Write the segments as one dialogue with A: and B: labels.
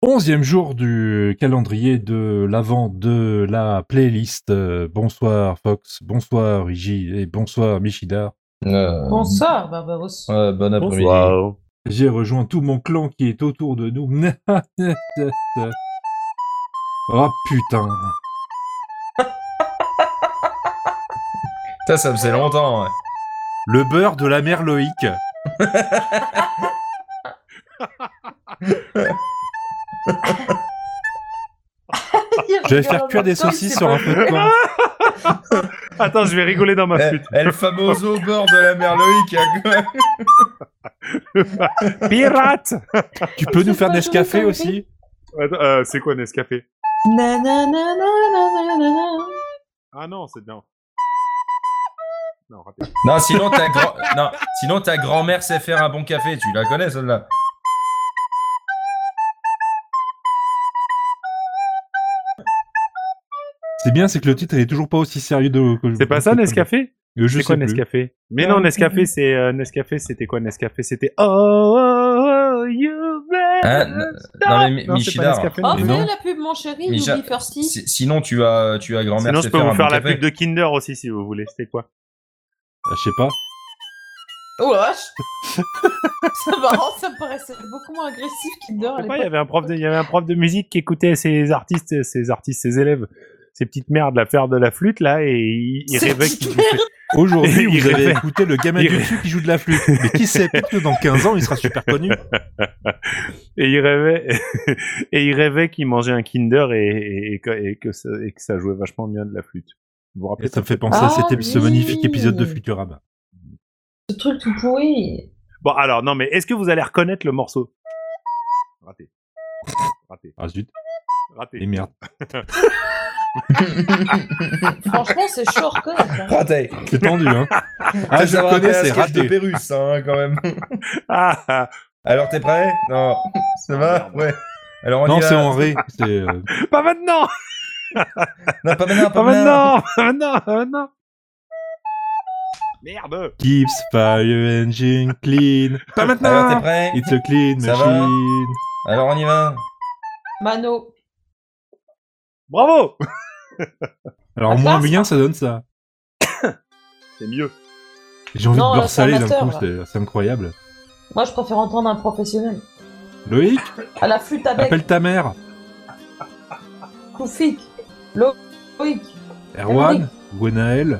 A: Onzième jour du calendrier de l'avant de la playlist. Euh, bonsoir Fox, bonsoir Iji et bonsoir Michidar.
B: Euh,
C: Bonsoir, Barbaros.
B: euh, bon après-midi.
D: Bonsoir.
A: J'ai rejoint tout mon clan qui est autour de nous. oh putain.
B: Ça, ça me faisait longtemps. ouais.
A: Le beurre de la mère Loïc. Je vais faire cuire des saucisses sur un feu de camp.
D: Attends, je vais rigoler dans ma
B: Eh,
D: flûte.
B: eh, le famoso beurre de la mère Loïc. hein, quoi.
D: Pirate
A: Tu peux nous faire
C: pas
A: Nescafé
C: Jonathan
A: aussi
D: Attends, euh, C'est quoi Nescafé
C: Na, na, na, na, na, na, na, na.
D: Ah non, c'est bien. Non, raté.
B: non, sinon ta, grand- non, sinon, ta grand-mère sait faire un bon café. Tu la connais, celle-là
A: C'est bien, c'est que le titre il est toujours pas aussi sérieux de. que je-
D: C'est pas ça
A: que-
D: Nescafé
A: Euh, Je
D: C'est quoi
A: sais plus.
D: Nescafé Mais non, Nescafé, c'est euh, Nescafé, c'était quoi Nescafé C'était Oh, oh, oh, you better
B: Hein, non,
D: stop.
B: non, mais
D: Non, c'est pas
B: Michidar,
D: Nescafé.
C: Oh,
B: Mais
C: fais
B: non.
C: la pub, mon chéri,
B: Mais j'a-
C: You'll be thirsty.
B: Si- Sinon, tu as, tu as grand-mère
D: Sinon,
B: sait
D: je peux
B: faire un
D: vous faire
B: bon
D: la
B: café.
D: pub de Kinder aussi si vous voulez. C'était quoi
A: Ah, Je sais pas.
C: Oh la vache Ça marrant, ça me paraissait beaucoup moins agressif Kinder à
D: Je sais pas, Il y
C: l'époque.
D: avait un prof de, il y avait un prof de musique qui écoutait ses artistes, ses artistes, ses élèves, ces petites merdes la faire de la flûte là et il, il
C: Ces
D: rêvait
C: petites
D: qu'il
C: merdes.
A: Aujourd'hui,
D: Il
A: vous avez
D: rêvait.
A: écouté le gamin
D: Il
A: du
D: rêvait.
A: dessus qui joue de la flûte. Mais qui sait, peut-être que dans 15 ans, il sera super connu.
D: et il rêvait et il rêvait qu'il mangeait un Kinder et, et- et que- et que ça, et que ça jouait vachement bien de la flûte. Vous vous rappelez
A: Et ça me fait penser à
C: Ah
A: cet ép- ce
C: oui.
A: magnifique épisode de Futurama.
C: Ce truc tout pourri.
D: Bon alors non mais est-ce que vous allez reconnaître le morceau Raté. Raté.
A: Ah zut, et
D: Raté.
A: merde.
C: Franchement, c'est chaud à reconnaître, hein.
B: Raté.
A: C'est tendu, hein. Ah, je
B: Ça me
A: le
B: rappelle
A: connais,
B: un
A: c'est
B: sketch de
A: raté.
B: Pérus, hein, quand même.
D: Ah, ah.
B: Alors, t'es prêt Non. Ça va
D: Merde.
B: Ouais. Alors, on
A: Non,
B: y va.
A: c'est en ré. C'est, euh,
D: pas maintenant,
B: Non, pas maintenant,
D: pas
B: pas maintenant.
D: maintenant, pas maintenant, pas maintenant. Merde.
A: Keeps fire engine clean.
D: Pas
B: Alors, t'es
D: maintenant.
B: prêt
A: It's a clean
B: Ça va
A: machine.
B: Alors, on y va.
C: Mano.
D: Bravo.
A: Alors,
C: Ah, Ça
A: moins
C: passe.
A: bien, ça donne ça.
D: C'est mieux.
A: J'ai envie
C: Non,
A: de
C: là,
A: beurre
C: c'est
A: salé d'un
C: amateur,
A: coup,
C: là.
A: c'est c'est incroyable.
C: Moi, je préfère entendre un professionnel.
A: Loïc,
C: À la flûte avec
A: appelle ta mère.
C: Koufik, Loïc.
A: Erwan, Gwenaël.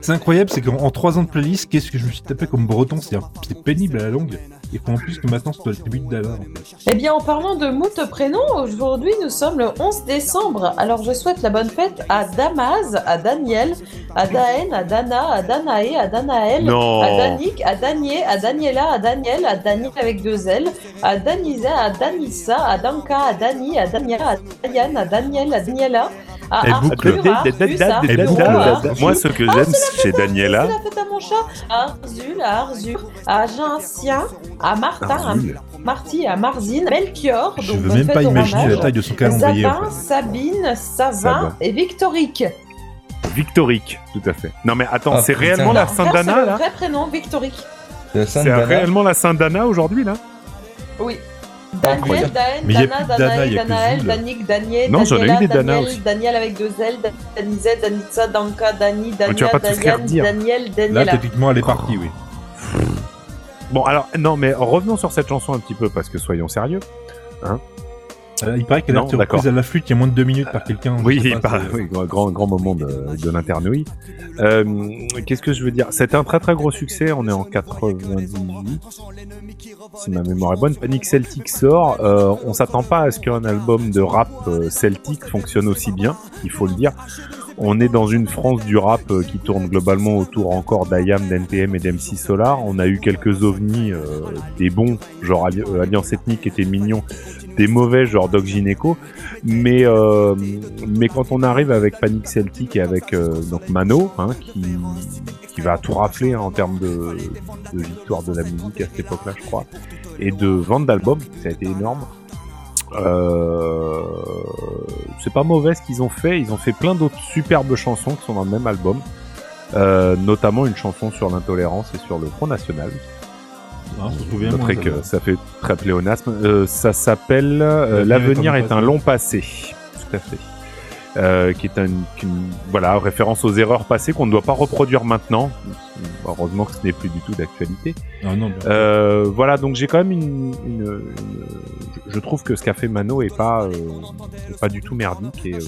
E: C'est incroyable, c'est qu'en en trois ans de playlist, qu'est-ce que je me suis tapé comme breton C'est un- c'est pénible à la longue. Et faut en plus que maintenant, c'est toi le début de la barre, en fait.
C: Eh bien, en parlant de moutes prénoms, aujourd'hui nous sommes le 11 décembre. Alors, je souhaite la bonne fête à Damaz, à Daniel, à Daen, à Dana, à Danae, à Danaël, à
D: Non.
C: Danick, à Danier, à Daniela, à Daniel, à Daniel avec deux L, à Danisa, à Danissa, à Danka, à Dani, à Dania, à Daniane, à Daniel, à Daniela, à
A: Elle
C: Arthur,
A: boucle.
D: Ah,
C: à Arthus, à
A: Elle boucle.
C: Arthur, à
F: Moi, ce que
C: Ah,
F: j'aime chez
C: C'est
F: Daniela,
C: la fête à mon chat, à Arzul, à Arzur, à Gintien, à Martin,
F: Arzul.
C: à Marty, à Marzine, à Melchior,
A: Je
C: donc
A: veux
C: bonne
A: même
C: fête
A: pas
C: au
A: imaginer
C: ramage,
A: la taille de son calendrier. en
C: Zabin, Sabine, Savin
A: Sabin.
C: et Victorique.
D: Victorique, tout à fait. Non mais attends,
B: Ah,
D: c'est
B: putain.
D: réellement la
B: Non,
C: Frère, c'est
D: Sandana
C: le
D: là
C: vrai prénom, Victorique.
B: C'est San
D: C'est
B: Bernard.
D: réellement la Sandana aujourd'hui là
C: Oui. Daniel,
A: Incroyable.
C: Daen,
A: Mais il y a
C: Dana,
A: plus de Dana, il
C: Danaï,
A: y a que
C: Danaël,
A: Zul.
C: Danick, Daniel,
D: Non, j'en ai eu
C: Daniela,
D: des Dana
C: Daniel,
D: aussi.
C: Daniel avec deux L, Dan- Danizet, Danitza, Danka,
A: Oh,
C: Dani,
D: Mais tu vas
C: Dania,
D: pas tous les
C: Daniel,
D: redire.
C: Daniel,
A: Là,
C: Daniela.
A: techniquement, elle est partie, oui.
D: Bon alors, non mais revenons sur cette chanson un petit peu parce que soyons sérieux.
A: Euh, Il paraît qu'elle a
D: Ah. Non,
A: été
D: d'accord. Euh,
A: reprise à la flûte il y a moins de deux minutes par quelqu'un. je
D: Oui,
A: sais pas,
D: par-
A: c'est-
D: oui, grand- grand, grand moment de, de l'internouille. Euh, Qu'est-ce que je veux dire C'était un très très gros succès, on est en 98. Si ma mémoire est bonne, Panic Celtic sort. euh, on s'attend pas à ce qu'un album de rap euh, celtique fonctionne aussi bien, il faut le dire. On est dans une France du rap euh, qui tourne globalement autour encore d'IAM, d'NTM et d'MC Solar. On a eu quelques ovnis, euh, des bons, genre Ali- euh, Alliance Ethnique était mignon, des mauvais, genre Doc Gineco. Mais, euh, mais quand on arrive avec Panic Celtic et avec euh, donc Mano, hein, qui, qui va tout rafler hein, en termes de, de victoire de la musique à cette époque-là, je crois, et de vente d'albums, ça a été énorme. Euh, c'est pas mauvais ce qu'ils ont fait. Ils ont fait plein d'autres superbes chansons qui sont dans le même album, Euh, notamment une chanson sur l'intolérance et sur le Front National.
A: Hein, on se souvient
D: Après
A: moins,
D: que ça fait très pléonasme. Euh, ça s'appelle euh, L'avenir est un long passé. Tout à fait. Euh, qui est un- qu'une- voilà, référence aux erreurs passées qu'on ne doit pas reproduire maintenant. Heureusement que ce n'est plus du tout d'actualité.
A: Ah non, mais-
D: Euh, voilà, donc j'ai quand même une, une- une- je- Je trouve que ce qu'a fait Mano est pas, euh, est pas du tout merdique et euh,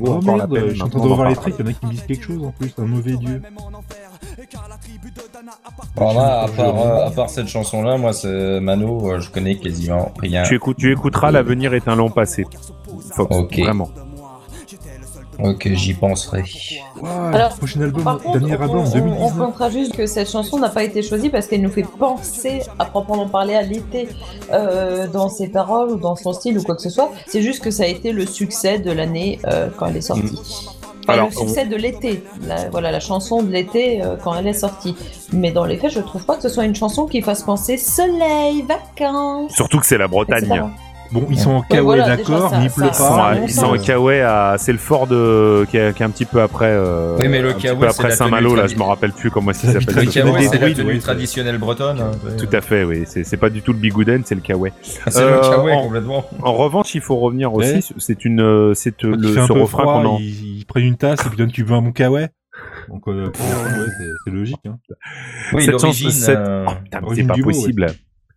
D: vaut
A: Oh
D: encore la
A: merde,
D: peine.
A: je suis en train
D: maintenant
A: de
D: d'en
A: revoir les
D: parler.
A: trucs, il y en a qui me disent quelque chose en plus, un mauvais dieu.
B: Alors là, à part, euh, à part cette chanson-là, moi, c'est Mano, euh, je connais quasiment rien.
D: Tu, écoutes, tu
A: Euh,
D: écouteras L'avenir est un long passé. Fox,
B: Ok.
D: vraiment.
B: Ok, j'y penserai.
A: Ouah,
C: Alors,
A: le prochain album,
C: Par contre,
A: dernier album en
C: on, on, on
A: 2019.
C: pointera juste que cette chanson n'a pas été choisie parce qu'elle nous fait penser à proprement parler à l'été euh, dans ses paroles ou dans son style ou quoi que ce soit. C'est juste que ça a été le succès de l'année euh, quand elle est sortie.
B: Mm.
C: Enfin,
D: Alors,
C: le succès de l'été, la, voilà la chanson de l'été euh, quand elle est sortie. Mais dans les faits, je trouve pas que ce soit une chanson qui fasse penser soleil, vacances.
D: Surtout que c'est la Bretagne.
C: etc.
A: Bon, ils sont en
C: Ouais,
A: kawaii
C: voilà, déjà,
A: d'accord,
C: ça-
A: mais il
C: ça-
A: pleut
D: Ils sont,
C: ça
A: pas.
D: à-
C: remonte,
D: ils sont
C: hein.
D: au Kaoué, à- c'est le fort de, qui, est, qui est un petit peu après, euh,
B: Oui, mais le
D: un petit
B: Kaoué,
D: peu
B: c'est la
D: après
B: tenue
D: Saint-Malo, là, je
B: traditionnelle.
D: me rappelle plus comment
A: La
D: ça s'appelle.
A: tenue
B: Le
D: ce-
A: traditionnelle.
B: kawa,
A: des
B: c'est la
A: druides,
B: tenue
A: oui,
B: traditionnelle bretonne. hein.
D: Tout à fait, oui. C'est c'est pas du tout le Bigouden, c'est le Kaoué.
B: C'est
D: Euh,
B: le kawaii
D: en-
B: complètement.
D: En revanche, il faut revenir aussi.
A: Ouais.
D: sur- C'est une, euh, c'est euh,
A: Quand
D: le
A: il fait un
D: ce
A: peu
D: refrain
A: froid,
D: qu'on en-
A: ils, ils prennent une tasse et puis donnent tu veux un bon kawaii. Donc, euh, pff, ouais, c'est- c'est logique. Hein.
B: Oui,
D: cette chance-
B: l'origine.
D: cette-
B: euh,
D: Oh, putain, mais c'est
A: Origine
D: pas
A: du mot,
D: possible.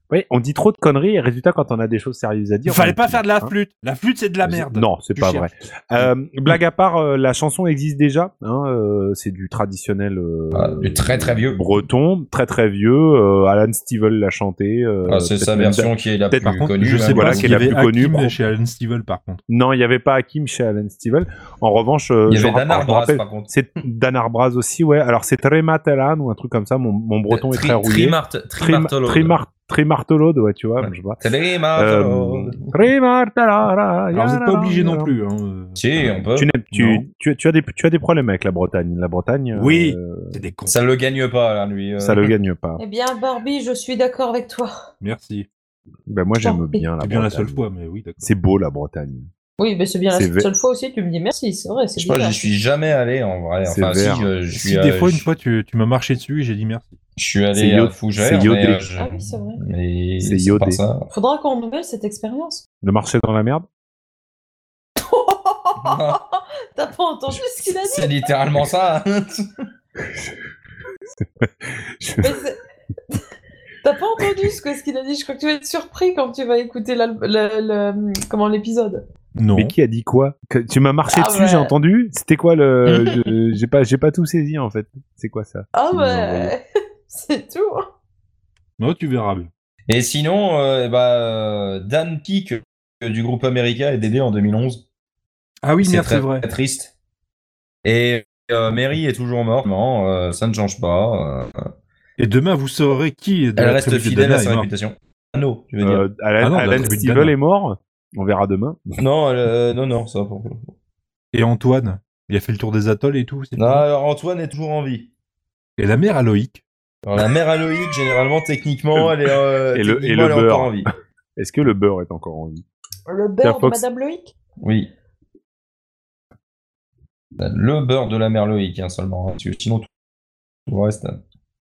D: Oui, on dit trop de conneries et résultat, quand on a des choses sérieuses à dire. on- Hein
A: flûte. La flûte, c'est de la
D: Non, c'est
A: Tu
D: pas vrai.
A: cherches.
D: Euh, blague à part, euh, la chanson existe déjà. Hein, euh, c'est du traditionnel euh,
B: ah, du très très vieux.
D: breton, très très vieux. euh, Alan Stivell l'a chanté. euh,
B: Ah, c'est
D: peut-être
B: sa
D: même-
B: version qui est la plus
D: peut-être-
A: Par contre,
B: connue.
A: je
B: hein.
A: sais
D: voilà,
A: pas s'il
D: qui est
A: y
D: la
A: avait
D: plus connue,
A: Hakim
D: bon.
A: chez Alan Stivell, par contre.
D: Non, il n'y avait pas Hakim chez Alan Stivell. En revanche, euh,
B: Il y
D: je
B: avait
D: ra-
B: Dan
D: je me
B: Arbras,
D: rappelle-
B: par contre.
D: C'est Dan Arbras aussi, ouais. Alors c'est Trematalan ou un truc comme ça. Mon, mon breton est
B: Tri-
D: très rouillé.
B: Trimart-
D: Trim-
B: Trimartolode.
D: Trimar- Trimartolode, ouais, tu vois,
B: Ouais.
D: je vois.
B: Trimartolode.
D: Euh, Trimartalara,
A: Alors, vous n'êtes pas
D: yarara,
A: obligé non
D: yarara.
A: plus. Hein.
B: Si, on peut.
D: Tu, n'es-
A: Non.
D: tu, tu, tu as des, tu as des problèmes avec la Bretagne. La Bretagne, euh,
A: Oui. C'est des cons.
B: Ça le gagne pas, là, lui. euh.
D: ça le gagne pas.
C: Eh bien, Barbie, je suis d'accord avec toi.
A: Merci.
D: Ben, moi, j'aime bien la
A: C'est bien la
D: Bretagne.
A: seule fois, mais oui, d'accord.
D: bah, C'est beau, la Bretagne.
C: Oui, mais c'est bien
D: C'est
C: la
D: ver-
C: seule fois aussi que tu me dis merci, c'est vrai, c'est
B: Je sais pas,
C: bizarre.
B: j'y suis jamais allé en vrai.
D: C'est
B: Enfin, si,
D: vert.
B: je, je suis,
A: Si, des
B: euh,
A: fois, une
B: je-
A: fois, tu, tu m'as marché dessus et j'ai dit merci.
B: je suis
D: C'est
B: allé
D: iod-
B: à
D: c'est
B: Fougères,
D: iodé.
B: mais, euh, je-
C: Ah oui, c'est vrai.
B: mais
D: C'est
B: c'est pas
D: iodé.
B: ça.
C: Faudra qu'on renouvelle cette expérience.
D: Le marché dans la merde.
C: T'as pas entendu ce qu'il a dit
B: C'est littéralement ça.
D: Je-
C: Mais c'est- T'as pas entendu ce que- ce qu'il a dit Je crois que tu vas être surpris quand tu vas écouter l'al- le- le- comment l'épisode.
A: Non.
D: Mais qui a dit quoi Que- Tu m'as marché
C: Ah
D: dessus,
C: ouais.
D: j'ai entendu. C'était quoi le. je- J'ai pas, j'ai pas tout saisi, en fait. C'est quoi ça
C: Ah
D: Ils nous l'ont envoyé.
C: ouais, c'est tout. hein.
A: Non, tu verras. bien.
B: Et sinon, euh, eh bah, euh, Dan Peak euh, du groupe America est décédé en 2011.
A: Ah oui,
B: c'est
A: merde,
B: très,
A: c'est vrai.
B: très triste. Et euh, Mary est toujours morte. Non, euh, ça ne change pas. euh.
A: Et demain, vous saurez qui est de
B: elle
A: la
B: reste
A: tribu de
B: fidèle à
A: Dana
B: sa
A: est mort.
B: réputation. Ah non, tu veux dire.
D: Euh, Alan,
A: Ah non,
D: Alan
A: la tribu de
D: Stivell
A: Dana.
D: est mort. On verra demain.
B: Non, euh, non, non, ça. pour-
A: Et Antoine, il a fait le tour des atolls et tout. c'est
B: Non,
A: tout.
B: alors Antoine est toujours en vie.
A: Et la mère à Loïc.
B: Alors, la mère à Loïc, généralement, techniquement, elle est, euh,
D: Et le- et
B: techniquement,
D: le
B: elle est encore
D: beurre.
B: en vie.
D: Est-ce que le beurre est encore en vie
C: Le beurre de
D: Fox.
C: Madame Loïc
B: Oui. Le beurre de la mère Loïc, hein, seulement. hein, parce que Sinon, tout tout le reste. hein.